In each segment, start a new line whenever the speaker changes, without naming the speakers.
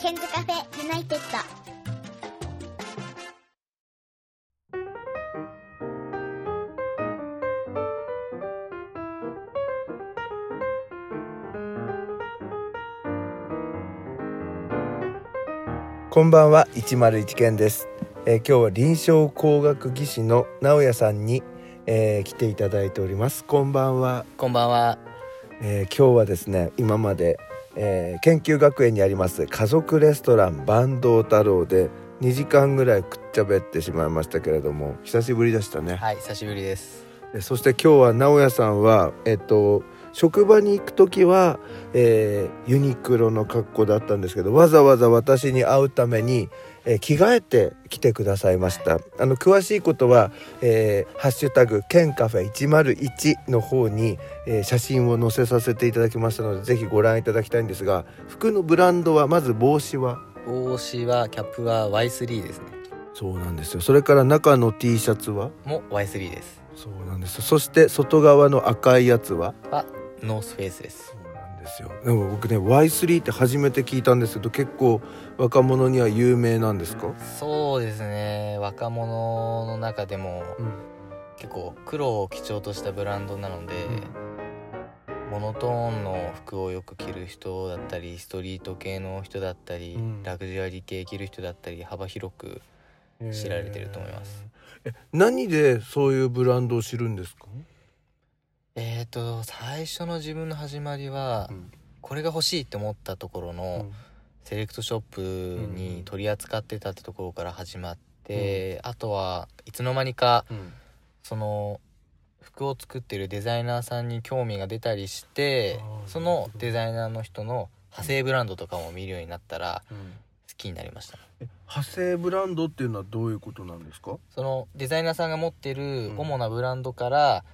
ケンズカフェユナイテッド。
こんばんは101件です、えー今日は臨床工学技師の直也さんに、えー来ていただいておりますこんばんは、
こんばんは。
えー今日はですね今まで、えー研究学園にあります家族レストラン坂東太郎で2時間ぐらいくっちゃべってしまいましたけれども久しぶりでしたね、
はい、久しぶりです。
えそして今日は直也さんはえっと職場に行く時は、えーユニクロの格好だったんですけどわざわざ私に会うために、えー着替えて来てくださいましたあの詳しいことは「えーハッシュタグケンカフェ101」の方に、えー写真を載せさせていただきましたのでぜひご覧いただきたいんですが服のブランドはまず帽子は
帽子はキャップは Y3 ですね。
そうなんですよそれから中の T シャツは
も Y3 です。
そうなんですそして外側の赤いやつは
はノースフェイスです
そ。うなんですよでも僕ね Y3 って初めて聞いたんですけど結構若者には有名なんですか、
そうですね。若者の中でも
うん、
結構黒を基調としたブランドなので、モノトーンの服をよく着る人だったり、ストリート系の人だったり、
うん
ラグジュアリー系着る人だったり、幅広く知られてると思います
え何でそういうブランドを知るんですか、
えーと最初の自分の始まりは、
うん
これが欲しいって思ったところの、セレクトショップに取り扱ってたってところから始まって、あとはいつの間にか
うん
その服を作ってるデザイナーさんに興味が出たりして
あー
そ
なるほ
の
ど
デザイナーの人の派生ブランドとかも見るようになったら
うん
好きになりました
え派生ブランドっていうのはどういうことなんですか
そのデザイナーさんが持ってる
うん
主なブランドから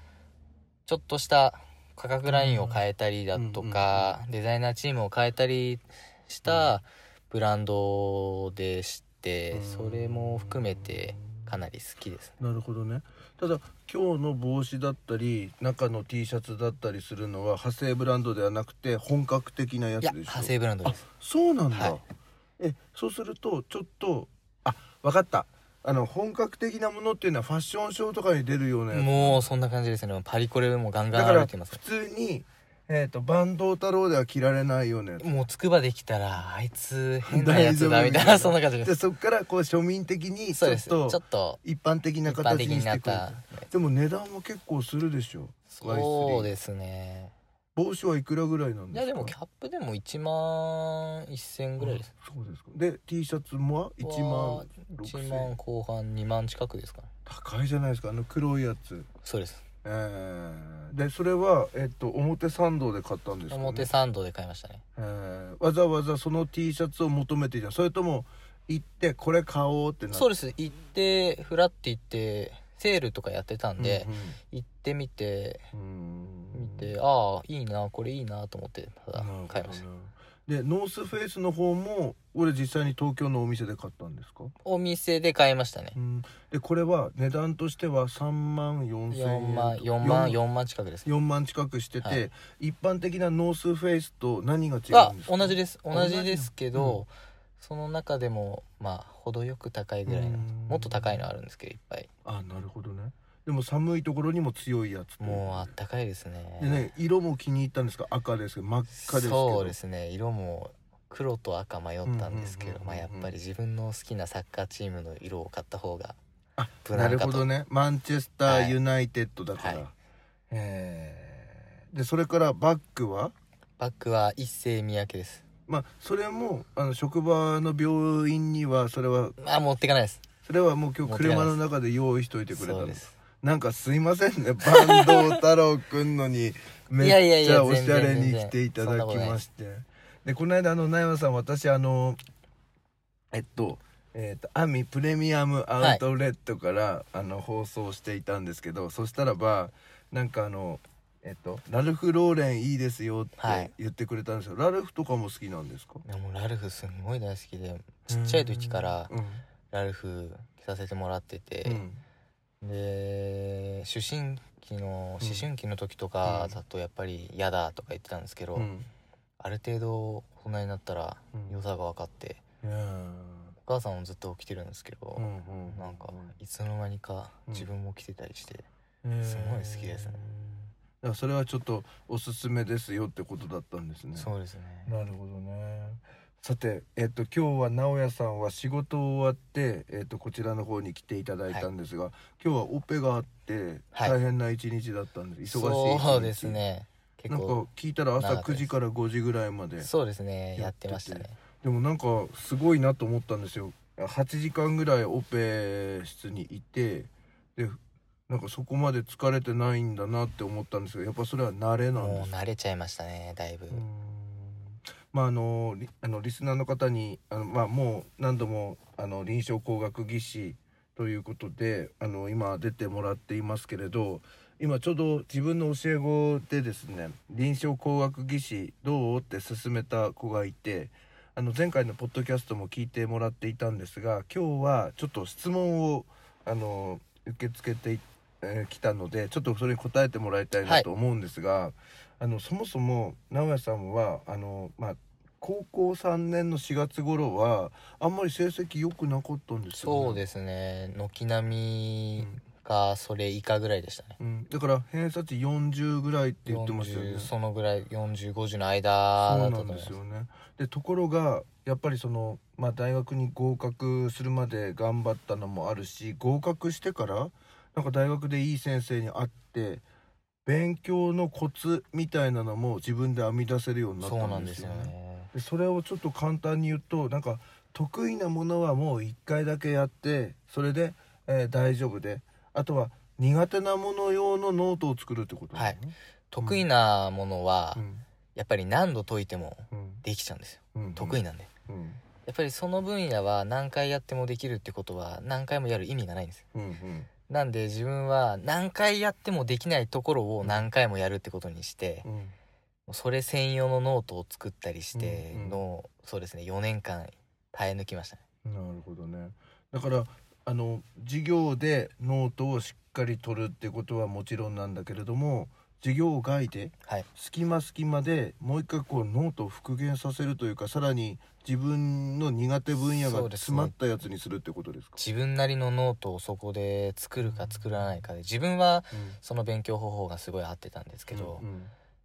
ちょっとした価格ラインを変えたりだとかデザイナーチームを変えたりしたブランドでしてそれも含めてかなり好きです
なるほどねただ今日の帽子だったり中の T シャツだったりするのは派生ブランドではなくて本格的なや
い
つ
や
でしょ
派生ブランドです
そうなんだ、
はい
えそうするとちょっとあわかったあの本格的なものっていうのはファッションショーとかに出るようなやつ
もうそんな感じですねパリコレもガンガ
だ
ン
か
歩
ら
いてま
普
す
通にえっ、と坂東太郎では着られないようなやつ
もうつくばできたらあいつ変なやつだみたい
大
な
丈夫
そんな感じで
ですそっからこう庶民的にち
そう
ょ
で
っ
すちょ
と
っと
一般的な
一般
形
的
に
に
し
な
て
っ
くる
た
でも値段も結構するでしょ
そう
Y3
ですね
帽子はいくらぐらいなんです
い
か
やでもキャップでも1万1000ぐらいです。
そうですかで T シャツも1
わ
万
ー
6000
1万後半2万近くですかね。
高いじゃないですかあの黒いやつ
そうです。
えーでそれは、えっと、表参道で買ったんですか、ね、
表参道で買いましたね。
えーわざわざその T シャツを求めていたそれとも行ってこれ買おうってなって
そうです。行ってフラって行ってセールとかやってたんで、行ってみて
うんうんうん
見てああいいなこれいいなと思ってただ
なるほど
買いました。
でノースフェイスの方も俺実際に東京のお店で買ったんですか、
お店で買いましたね
う。ん、でこれは値段としては3万4千円
4万4万4万近くです。
4万近くしてて、
はい
一般的なノースフェイスと何が違
が
うんですか
同じです。
同
同
じ
じですけ
う
ど、その中でもまあ程よく高いぐらいの
うん
もっと高いのあるんですけどいっぱい。
あなるほどねでも寒いところにも強いやつと
もうあったかいですね。
でね色も気に入ったんですか赤ですけど真っ赤ですけど
そうですね色も黒と赤迷ったんです
うん
け
うんうんうんうん
どまあやっぱり自分の好きなサッカーチームの色を買った方が
あ
無
な
難
る
か
ほ
と
どねマンチェスタ
は
ー
い
ユナイテッドだから、
はい
えーでそれからバッグは
バッグは一世三宅です
まあそれもあの職場の病院にはそれは
あ持ってかないです
それはもう今日
持ってない
車の中で用意しといてくれた
そ
の
うです
なんかすいませんね坂東太郎くんのにめ
いやいや
っ
い
ち
や
ゃおしゃれに
全然全然
来ていただきましてでこの間あの内山さん私あのえっとえっとアミプレミアムアウトレットから、あの放送していたんですけどそしたらばなんかあのえっとラルフ・ローレンいいですよっ
はい
て言ってくれたんですよ、ラルフとかも好きなんですか
いやもうラルフすんごい大好きでちっちゃい時から
うん
ラルフ着させてもらって
う
て、
ん
で思春期の思春期の時とかだとやっぱり嫌だとか言ってたんですけど、
うん
あある程度大人になったら
うん
良さが分かって、
うん
お母さんもずっと着てるんですけど、
うんうん
なんかいつの間にか自分も着てたりして、すごい好きですね
いやそれはちょっとおすすめですよってことだったんですね
そうですね
なるほどね
さて、えっと、今日は直哉さんは仕事終わって、えっと、こちらの方に来ていただいたんですが、今日はオペがあって
はい
大変な一日だったんです、忙しい一日
そうですね結
なんか
構
聞いたら朝
長く
9
です
時から5時ぐらいまで
そうですね
や
や
っ
ってて
て
ましたね
でもなんかすごいなと思ったんですよ8時間ぐらいオペ室にいてでなんかそこまで疲れてないんだなって思ったんですけどやっぱそれは慣れなんで
もう
すか
慣れちゃいましたねだいぶ、
うーんまああのリあのリスナーの方にあの、まあ、もう何度もあの臨床工学技師ということであの今出てもらっていますけれど今ちょうど自分の教え子でですね臨床工学技師どうって勧めた子がいてあの前回のポッドキャストも聞いてもらっていたんですが今日はちょっと質問をあの受け付けていえーきたのでちょっとそれに答えてもらいたい
は
ないと思うんですが、あのそもそも直哉さんはあの、まあ、高校3年の4月頃はあんまり成績良くなかったんですよね。
そうですね軒並みがそれ以下ぐらいでしたね、
うん、だから偏差値40ぐらいって言ってましたよね
40。そのぐらい4050の間
そ
だ
う
っ
な
たと
ん
思い
で
ます
すよね。でところがやっぱりその、まあ、大学に合格するまで頑張ったのもあるし合格してからなんか大学でいい先生に会って勉強のコツみたいなのも自分で編み出せるようになっ
そう
た
なん
んで
ですす
よ
よ
ね。
ね
でそれをちょっと簡単に言うとなんか得意なものはもう1回だけやってそれで、えー大丈夫であとは苦手なもの用のノートを作るってことなのね、
得意なものは
うん
やっぱり何度解いても
うん
できちゃうんですよ
うん
得意なんで
うん
やっぱりその分野は何回やってもできるってことは何回もやる意味がないんですよ
うんうん
なんで自分は何回やってもできないところを何回もやるってことにして
うん
それ専用のノートを作ったりして
うんうん
のそうですね4年間耐え抜きましたね
なるほどねだからあの授業でノートをしっかり取るってことはもちろんなんだけれども授業外で
はい
隙間隙間でもう一回こうノートを復元させるというかさらに自分の苦手分野が
そうです
詰
ね
まったやつにするってことですか
自分なりのノートをそこで作るか作らないかで自分はその勉強方法がすごい合ってたんですけど、
うんうん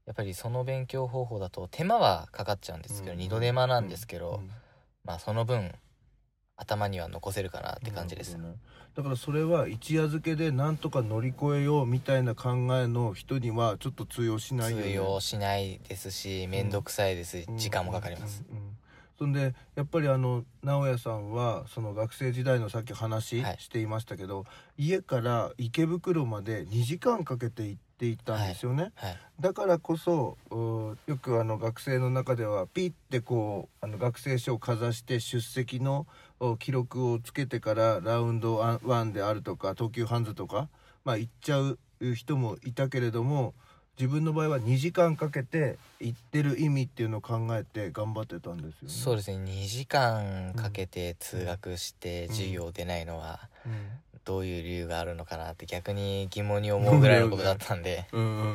やっぱりその勉強方法だと手間はかかっちゃうんですけど、
うん
二度手間なんですけど、
うん
まあその分頭には残せるかなって感じです、
なるほどねだからそれは一夜漬けでなんとか乗り越えようみたいな考えの人にはちょっと通用しないよね
通用しないですし面倒くさいですし、時間もかかります、
うんうんうんそんでやっぱりあの直哉さんはその学生時代のさっき話
はい
していましたけど、家から池袋まで2時間かけて行っていたんですよね、
はい
だからこそうーよくあの学生の中ではピッてこうあの学生証をかざして出席のお記録をつけてからラウンドワンワンであるとか東急ハンズとか、まあ、行っちゃう人もいたけれども自分の場合は2時間かけて行ってる意味っていうのを考えて頑張ってたんですよね。
そうですね2時間かけて通学して授業出ないのはどういう理由があるのかなって逆に疑問に思うぐらいのことだったんで
うんうんうんう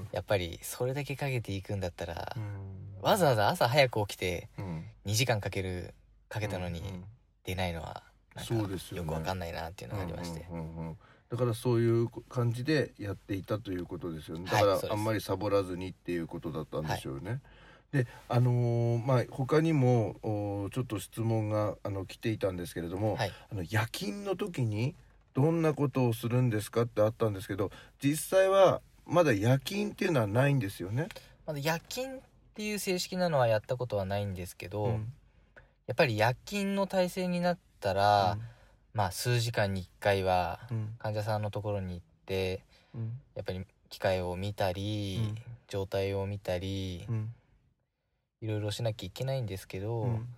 ん
やっぱりそれだけかけていくんだったら
うん
わざわざ朝早く起きて
うん
2時間かけるかけたのに
うんうん
出ないのはなんか
そうですよ
よ
ね
くわかんないなっていうのがありまして、
うんうんうんうんだからそういう感じでやっていたということですよねだ
はい
から
そうです
あんまりサボらずにっていうことだったんでしょうね、であのーまあ他にもおーちょっと質問があの来ていたんですけれども、
はい
あの夜勤の時にどんなことをするんですかってあったんですけど実際はまだ夜勤っていうのはないんですよね。
まだ夜勤っていう正式なのはやったことはないんですけど、
うん
やっぱり夜勤の体制になったら、まあ数時間に1回は
うん
患者さんのところに行って
うん
やっぱり機械を見たり、
うん
状態を見たり
う、ん
いろいろしなきゃいけないんですけど、
うん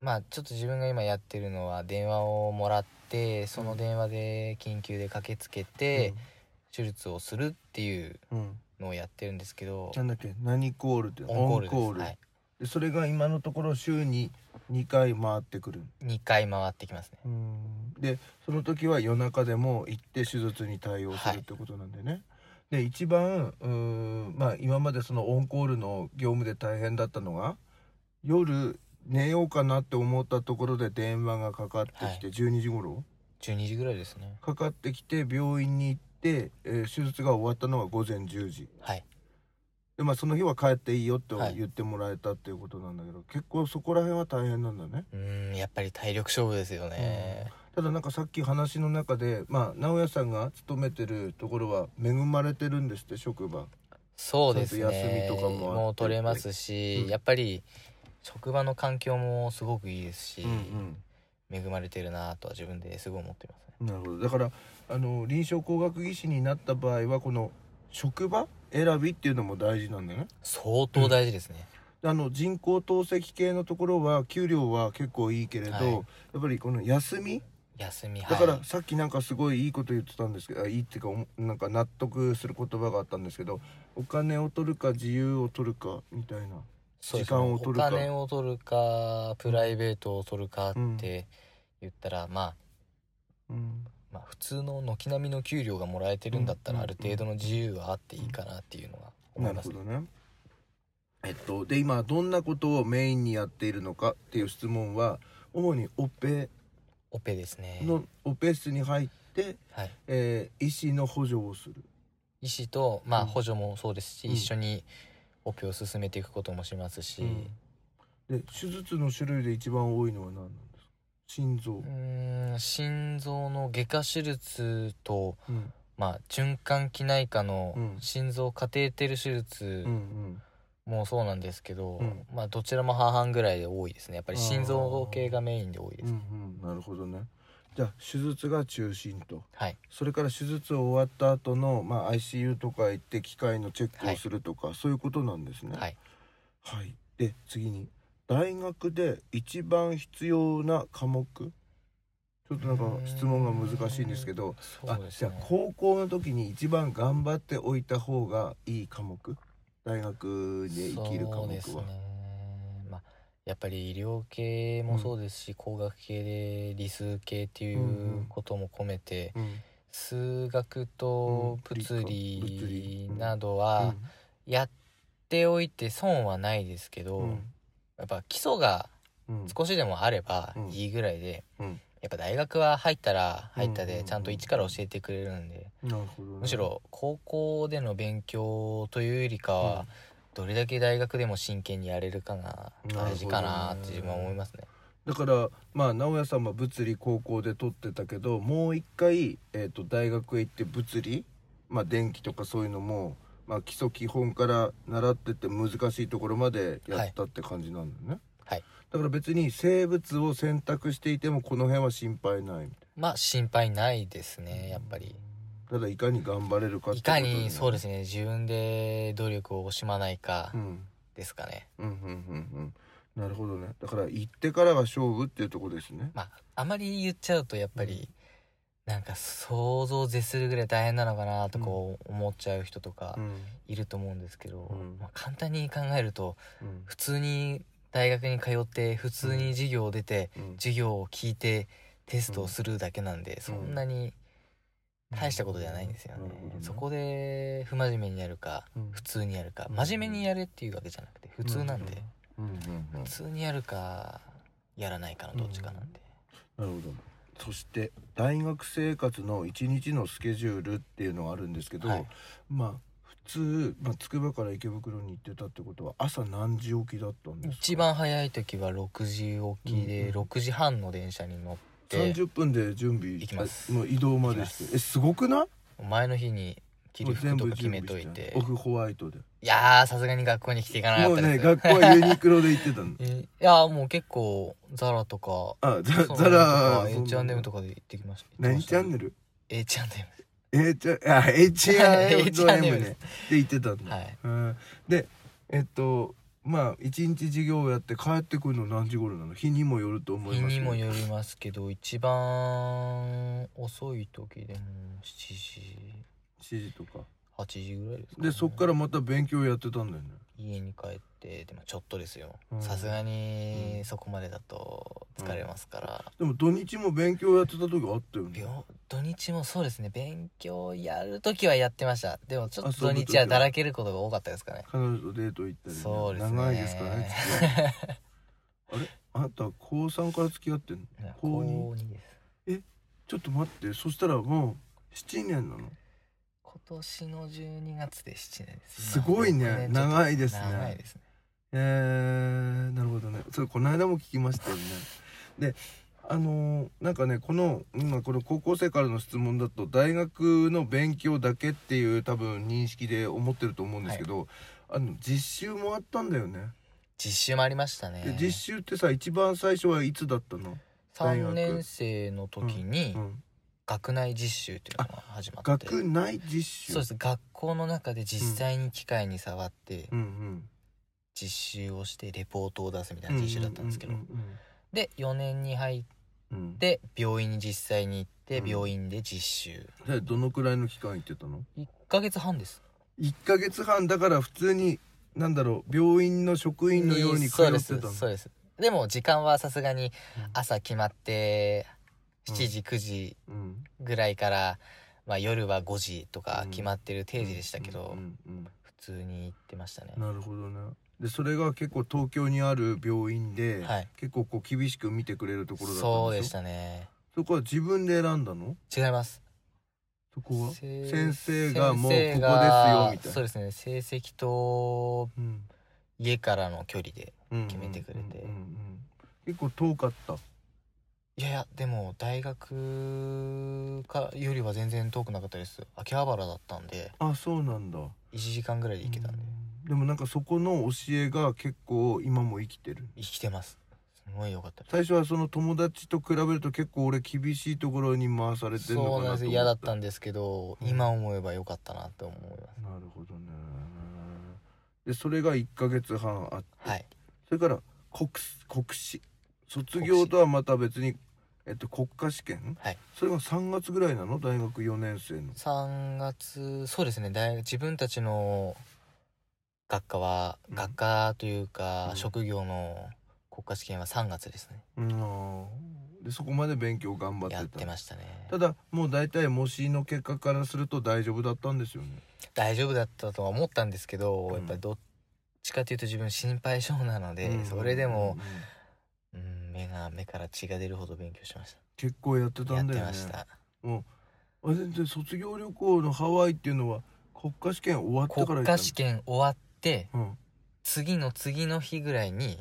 まあちょっと自分が今やってるのは電話をもらってその電話で緊急で駆けつけて手術をするっていう
うん
のをやってるんですけど、
なんだっけ何コールって
オンコールです
オン
はい、
でそれが今のところ週に2回回ってくる
2回回ってきますね
でその時は夜中でも行って手術に対応するってことなんでね、で一番うーんまあ今までそのオンコールの業務で大変だったのが夜寝ようかなって思ったところで電話がかかってきて、12時頃
12時ぐらいですね
かかってきて病院に行って、えー手術が終わったのが午前10時
はい
でまあその日は帰っていいよって
はい
言ってもらえたっていうことなんだけど、結構そこら辺は大変なんだね
うーんやっぱり体力勝負ですよね、
ただなんかさっき話の中でまあ直哉さんが勤めてるところは恵まれてるんですって職場
そうですね
ちゃんと休みとかもあって
う取れますし、
うん
やっぱり職場の環境もすごくいいですし、恵まれてるなとは自分ですごい思ってます
な
ね
るほどだからあの臨床工学技師になった場合はこの職場選びっていうのも大事なんだよね
相当大事ですね、
あの人工透析系のところは給料は結構いいけれど、
はい
やっぱりこの休み
休み
だか
は
ら
い
さっきなんかすごいいいこと言ってたんですけど、あいいっていうかおもなんか納得する言葉があったんですけどお金を取るか自由を取るかみたいな
そうです
時間を取るか
お金を取るかプライベートを取るかって言ったら、まあ
うん
まあ普通の軒並みの給料がもらえてるんだった
う
ら
ん
ある程度の自由はあっていいかなっていうのは思
ないる
ます
ほ
ね、
どね。えっと、で今どんなことをメインにやっているのかっていう質問は主にオペ
オペですね
のオペ室に入って、
はい
えー医師の補助をする。
医師とま
う
あ
ん
補助もそうですし、
うん
一緒にオペを進めていくこともしますし、
で手術の種類で一番多いのは何なんですか心臓
う、ーん心臓の外科手術と、
うん
まあ、循環器内科の
うん
心臓カテーテル手術
うんうん
もそうなんですけど、
うん
まあ、どちらも半々ぐらいで多いですねやっぱり心臓系がメインで多いで
う
す、
んうん、なるほどねじゃあ手術が中心と
はい
それから手術を終わった後のまあ ICU とか行って機械のチェックをするとか、そういうことなんですね。
はい
はい、で次に大学で一番必要な科目ちょっとなんか質問が難しいんですけど
そうです
あじゃ
ね
あ高校の時に一番頑張っておいた方がいい科目大学で生きる科目
そ
は
うですね、まあ、やっぱり医療系もそうですし、工学系で理数系ってい
んう
うんうことも込めて、
うん
数学と
うん理科
物
物理
理
うん
などはやっておいて損はないですけど、
うん
やっぱ基礎が
うん
少しでもあれば
うん
いいぐらいで、
うん
やっぱ大学は入ったら入った
うんうんう
で
ん
ちゃんと一から教えてくれるんで、
なるほどね、
むしろ高校での勉強というよりかは、どれだけ大学でも真剣にやれるかが
なるほどね
大事かなって自分は思いますね。
だからまあ直哉さんは物理高校で取ってたけどもう一回、えー、と大学へ行って物理、まあ、電気とかそういうのも、まあ、基礎基本から習ってって難しいところまでやったって感じなんだよね、
はい
だから別に生物を選択していてもこの辺は心配ないみたい
まあ心配ないですねやっぱり。
なただいかに頑張れるかって
い
ことだ
か
よね
にそうですね自分で努力を惜しまないか
うん
ですかね、
うんうんうんうんなるほどねだから行ってからが勝負っていうところですね
まああまり言っちゃうとやっぱり、なんか想像を絶するぐらい大変なのかなとか思っちゃう人とか
うん
いると思うんですけど、
うん
まあ、簡単に考えると
うん
普通に大学に通って普通に授業出て、
うん
授業を聞いてテストをするだけなんで、そんなに大したことじゃないんですよね,、
なるほどね
そこで不真面目にやるか
うん
普通にやるか
うん
真面目にやれっていうわけじゃなくて普通なんで、
うんうんうん
普通にやるかやらないかのどっちかなんで、
なるほどそして大学生活の一日のスケジュールっていうのがあるんですけど、
はい
まあ普通、まあ、筑波から池袋に行ってたってことは朝何時起きだったんですか
一番早い時は6時起きで、
うんうん
6時半の電車に乗って
30分で準備
行きます
あもう移動までし
行き
て
ます
えすごくない
前の日に着る服
も
と
う
か決め
準
と
備
い
してオフホワイトで
いやーさすがに学校に来ていかなか
も
っ
う
たで
ね
すよ、
学校はユニクロで行ってたの
えーいやーもう結構ザラとか
あザ
そ う
ザラ
とか A チャンネルと
か
かで行ってきました
何チャンネ
ル
ル
?A チャンネ
A チャンあ A チャ
A チャ
ン
ン
ネ
ネ
ル
ル
ねで行ってたんだ
ルはい
うんでえっとまあ一日授業をやって帰ってくるの何時頃なの日にもよると思い
日
ます
にも
る
よりますけど一番遅い時でも7時
7時とか
8時ぐらいですかね、
でそっからまた勉強やってたんだよね
家に帰ってでもちょっとですよ
うん
さすが
う
に
ん
そこまでだと疲れますから、
でも土日も勉強やってた時あったよね
病土日もそうですね勉強やるときはやってましたでもちょっと
遊
土
ぶ時は
日はだらけることが多かったですかね
彼女とデート行ったり、
そうですね
長いですからね付き合いあれあなた高三から付き合ってんの高二
高二です
ちょっと待ってそしたらもう7年なの
今年の12月で7年です
すごいね
今六年ちょっと
長いですね
長いですね
えー、なるほどねそれこの間も聞きましたよねであのーなんかねこの今この高校生からの質問だと大学の勉強だけっていう多分認識で思ってると思うんですけど、あの実習もあったんだよね、
実習もありました
で
ね
実習ってさ一番最初はいつだったの、大学
3年生の時に
うん、
学内実習っていうのが始まって
学内実習
そうです学校の中で実際に機械に触って
うんうん
実習をしてレポートを出すみたいな実習だったんですけど
うんうん
で4年に入っ
うんうん
て病院に実際に行って
うん
病院で実習
でどのくらいの期間行ってたの
1ヶ月半です
1ヶ月半だから普通になんだろう病院の職員のように通ってたの
そうですそうですでも時間はさすが
う
に
ん
朝決まって
うん
7時9時
うん
ぐらいから、まあ、夜は5時とか決まってる定時でしたけど、
うんうん
普通に行ってましたね
うんなるほどねでそれが結構東京にある病院で、
はい
結構こう厳しく見てくれるところだったんでしょ
そうでしたね
そこは自分で選んだの
違います
そこは
せ
先生がもうここですよ
先生が
みたい
そ
な
うですね成績と
うん
家からの距離で
うん
決めてくれて
うんうんうん結構遠かった
いやいやでも大学かよりは全然遠くなかったです秋葉原だったんで
あそうなんだ
1時間ぐらいで行けたんで
うんでもなんかそこの教えが結構今も生きてる
生きてますすごい良かったです
最初はその友達と比べると結構俺厳しいところに回されてるの
そう
か
なん
な
です
と思
嫌だった
なん
ですけど、
うん
今思えば良かったなって思います
るほどねでそれが1ヶ月半あって
はい
それから国国試卒業とはまた別に、えっと、国家試験、
はい
それが3月ぐらいなの大学4年生の
3月そうですね大自分たちの学科は、
うん
学科というか、
うん
職業の国家試験は3月ですね
うんでそこまで勉強頑張ってた
やってましたね
ただもう大体模試の結果からすると大丈夫だったんですよね
大丈夫だったとは思ったんですけど、
うん
やっぱりどっちかというと自分心配性なので、それでも、
うん
うん、目が目から血が出るほど勉強しまし
結構やって
た
た
や
ん
っ
だ
て
よ
ま
ね
した
あ全然卒業旅行のハワイっていうのは国家試験終わってから行
国
った
家
の
試験終わって
うん、
次の次の日ぐらいに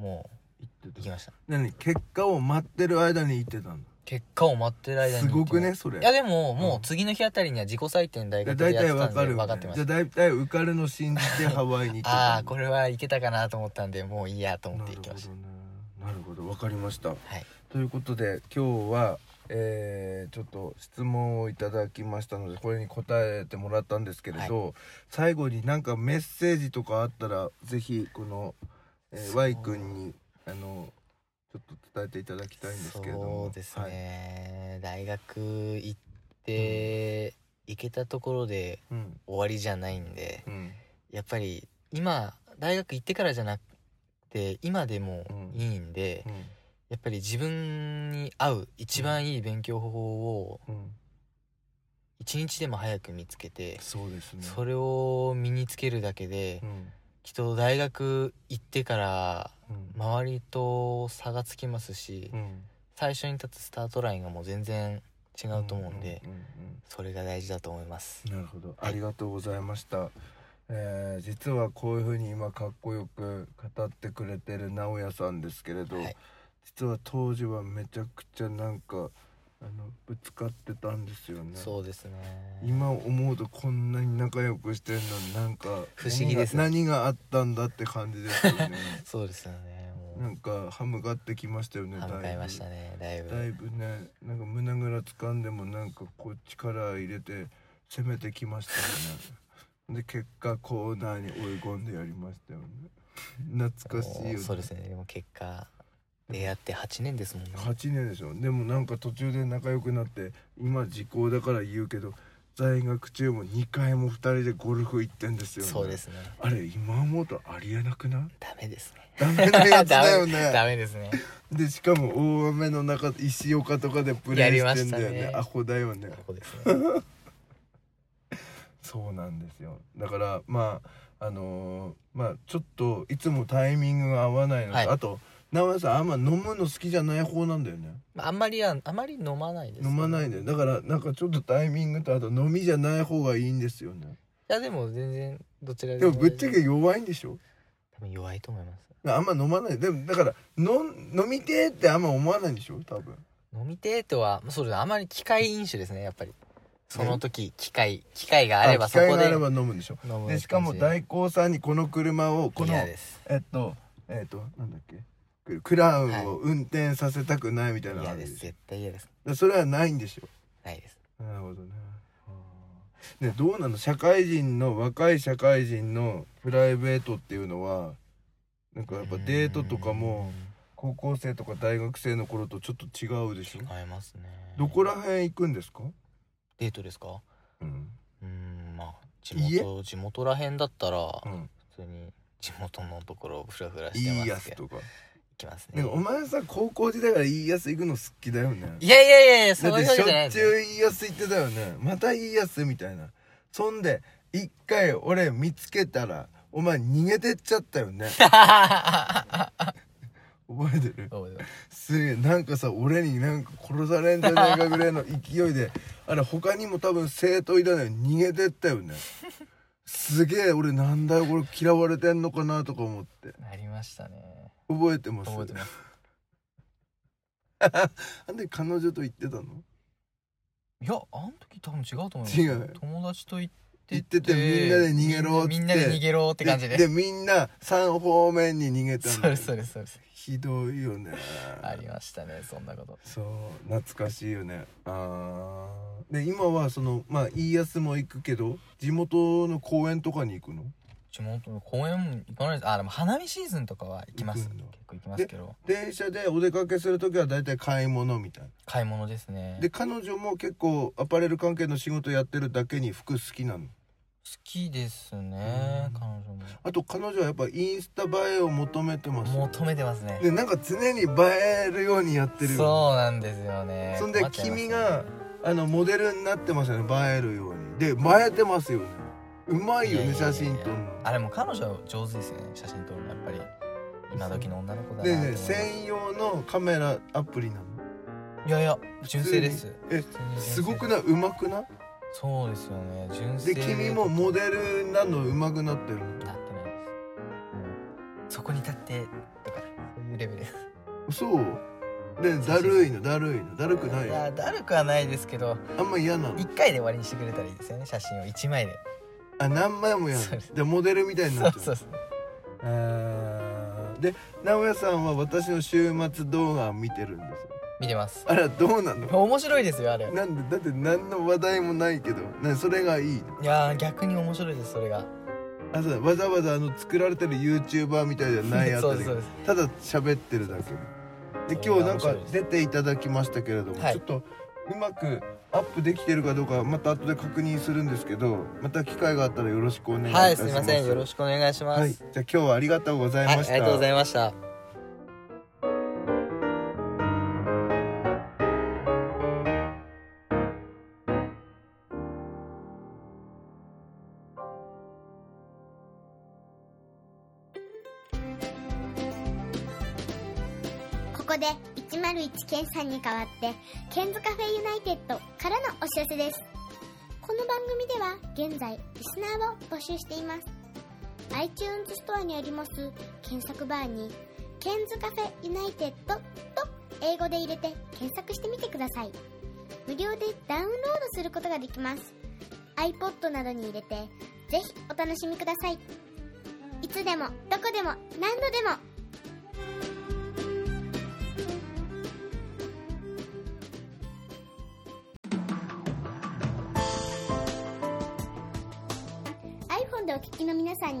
うん、
も
行っ
う行
て
き
た
ました
何結果を待ってる間に行ってたん
結果を待ってる
だ
間に
すごくね
い
それ
やでも
う
も
ん
う次の日あたりには自己採点大学
だ
で
い
やったて
いわ
たん
か
で
るよね、
分かってま
じゃあ
した
だいたい受かるの信じてハワイに行ってた
ああーこれはいけたかなと思ったんでもういいやと思って行きました
なるほどねなるほどわかりました
はい
ということで今日は、えーちょっと質問をいただきましたのでこれに答えてもらったんですけれど、最後になんかメッセージとかあったらぜひこの、えー
そう
Y 君にあのちょっと伝えていただきたいんですけれども
そうですね、大学行って、行けたところで
はい、うん
終わりじゃないんで
うん
やっぱり今大学行ってからじゃなくて今でもいいんで、
うん
やっぱり自分に合う一番いい勉強方法を
うん
一日でも早く見つけて、
そうですね
それを身につけるだけで、
うん
きっと大学行ってから
うん
周りと差がつきますし、
うん
最初に立つスタートラインがもう全然違うと思うんで、
うんうん
それが大事だと思います
なるほど、
はい
ありがとうございました、えー実はこういうふうに今かっこよく語ってくれてる直哉さんですけれど、
はい
実は当時はめちゃくちゃなんかあのぶつかってたんですよね
そうですね
今思うとこんなに仲良くしてるのになんか
不思議ですね
何が何があったんだって感じですよね
そうですよね
な
も
んか歯向かってきましたよね
う歯向かいましたねだいぶ
だいぶねなんか胸ぐら掴んでもなんかこう力入れて攻めてきましたよねで結果コーナーに追い込んでやりましたよね懐かしいよね
そうですねでも結果出会って8年ですもんね
8年でしょでもなんか途中で仲良くなって今時効だから言うけど在学中も2回も2人でゴルフ行ってんですよね
そうですね
あれ今思うとありえなくない
ダメですね
ダメなやつだよ
ダメ ダ
ね
メですね
でしかも大雨の中石岡とかでプレーしてんだよ
やり
ね
ましたね
アホだよね
ここです ね
そうなんですよだからまああのーまあちょっといつもタイミングが合わないのと、
はい
あと直哉さんあんま飲むの好きじゃない方なんだよね
まああんまりはあまり飲まないです、
飲まないんだよだからなんかちょっとタイミングとあと飲みじゃない方がいいんですよね
いやでも全然どちら
でもぶっちゃけ弱いんでしょ
多分弱いと思います
あんま飲まないでもだからの飲みてーってあんま思わないんでしょ多分
飲みてーとはそうですねあまり機械飲酒ですねやっぱりその時機械機械があれば
機
そ
会
こ
が
で
あれば飲むんでしょ
飲む
でしかも
感
大光さんにこの車をこ
じ
の
嫌です
えっとえっとなんだっけククラウンを運転させたくないみたいなのあ
嫌
る
で
でしょ
す絶対嫌です
でそれはないんでしょ
ないです
なるほどねねどうなの社会人の若い社会人のプライベートっていうのはなんかやっぱデートとかも高校生とか大学生の頃とちょっと違うでしょ
うーん違いますね
どこら辺行くんですか、
デートですか
うん
うーんまあ地元地元らへんだったら
うん、
普通に地元のところをフラフラして
い
ま
いや
す
つ
けど
とか
行きます
な
ね
んかお前さ高校時代からいいやつ行くの好きだよね
いやいやいやいやそ
だっ
うい
て
う
しょっ
わけじゃないで
ち
す
ゅ
ね
ういいやつ言ってたよねまたいいやつみたいなそんで一回俺見つけたらお前逃げてっちゃったよね覚えてる
そうです
すげえなんかさ俺になんか殺されんじゃないかぐらいの勢いであれ他にも多分生徒いたのに逃げてったよねすげえ俺なんだよこれ嫌われてんのかなとか思って
ありましたね
覚えてます
覚えてます
なんで彼女と行ってたの
いやあの時多分違うと思います
違う
友達と行って
行っててみんなで逃げろっつって
みんなみんなで逃げろって感じで
でみんな3方面に逃げたん
そう
だよ
ですそうですそうです
ひどいよね
ありましたねそんなこと
そう懐かしいよねあーで今はそのまあいいやつも行くけど地元の公園とかに行くの
地元の公園行かないですあでも花見シーズンとかは行きま
行
す
くん
結
だ
構行きますけど
電車でお出かけする時は大体買い物みたい
買い物ですね
な
好
で彼女も結構アパレル関係の仕事やってるだけに服好きなの
きですね
うん
彼女も
あと彼女はやっぱインスタ映えを求めてます
求めてますね
でなんか常に映えるようにやってるよね
そうなんですよね
そんで
困っちゃいますね
君があのモデルになってますよね映えるようにで映えてますよねうまいよね
ややや
写真撮るの
あれも彼女上手ですよね写真撮るのやっぱり今時の女の子だなって
で
思い
ね
ます
専用のカメラアプリなの
いやいや純正です
え
普通に純正
すごくないうまくな
そうですよね純正
で君もモデルになるのうまくなってるの
なってないです、うん、そこに立ってとかそういうレベルです
そうでだるいのだるいのだるくない
い
よ
やだるくはないですけど
あんま嫌なの
一回で終わりにしてくれたらいいですよね写真を一枚で
あ何枚もや
そう
る
です
でモデルみたいに
そ
な
う
っちゃう
そうそう
あーで直哉さんは私の週末動画を見てるんですよ
見てます
あらどうなの
面白いですよあれい
なんでだって何の話題もないけどなそれがいい
やー逆に面白いですそれが
あそうわざわざあの作られてる YouTuber みたいじゃないやつ
そう
だ
です
け
そう
ど
です
ただ喋ってるだけで今日なん
それ
か
が面白いです
出ていただきましたけれども、
はい
ちょっとうまくアップできてるかどうかまた後で確認するんですけどまた機会があったらよろしくお願いい
は
たし
いす
ます
みませんよろしくお願いします、
はい、じゃあ今日はありがとうございました、
ありがとうございました
ここで101ケンさんに代わってケンズカフェユナイテッドからのお知らせですこの番組では現在リスナーを募集しています iTunes ストアにあります検索バーに「ケンズカフェユナイテッド」と英語で入れて検索してみてください無料でダウンロードすることができます iPod などに入れてぜひお楽しみくださいいつでもどこでも何度でもiPhone でお聞きの皆さん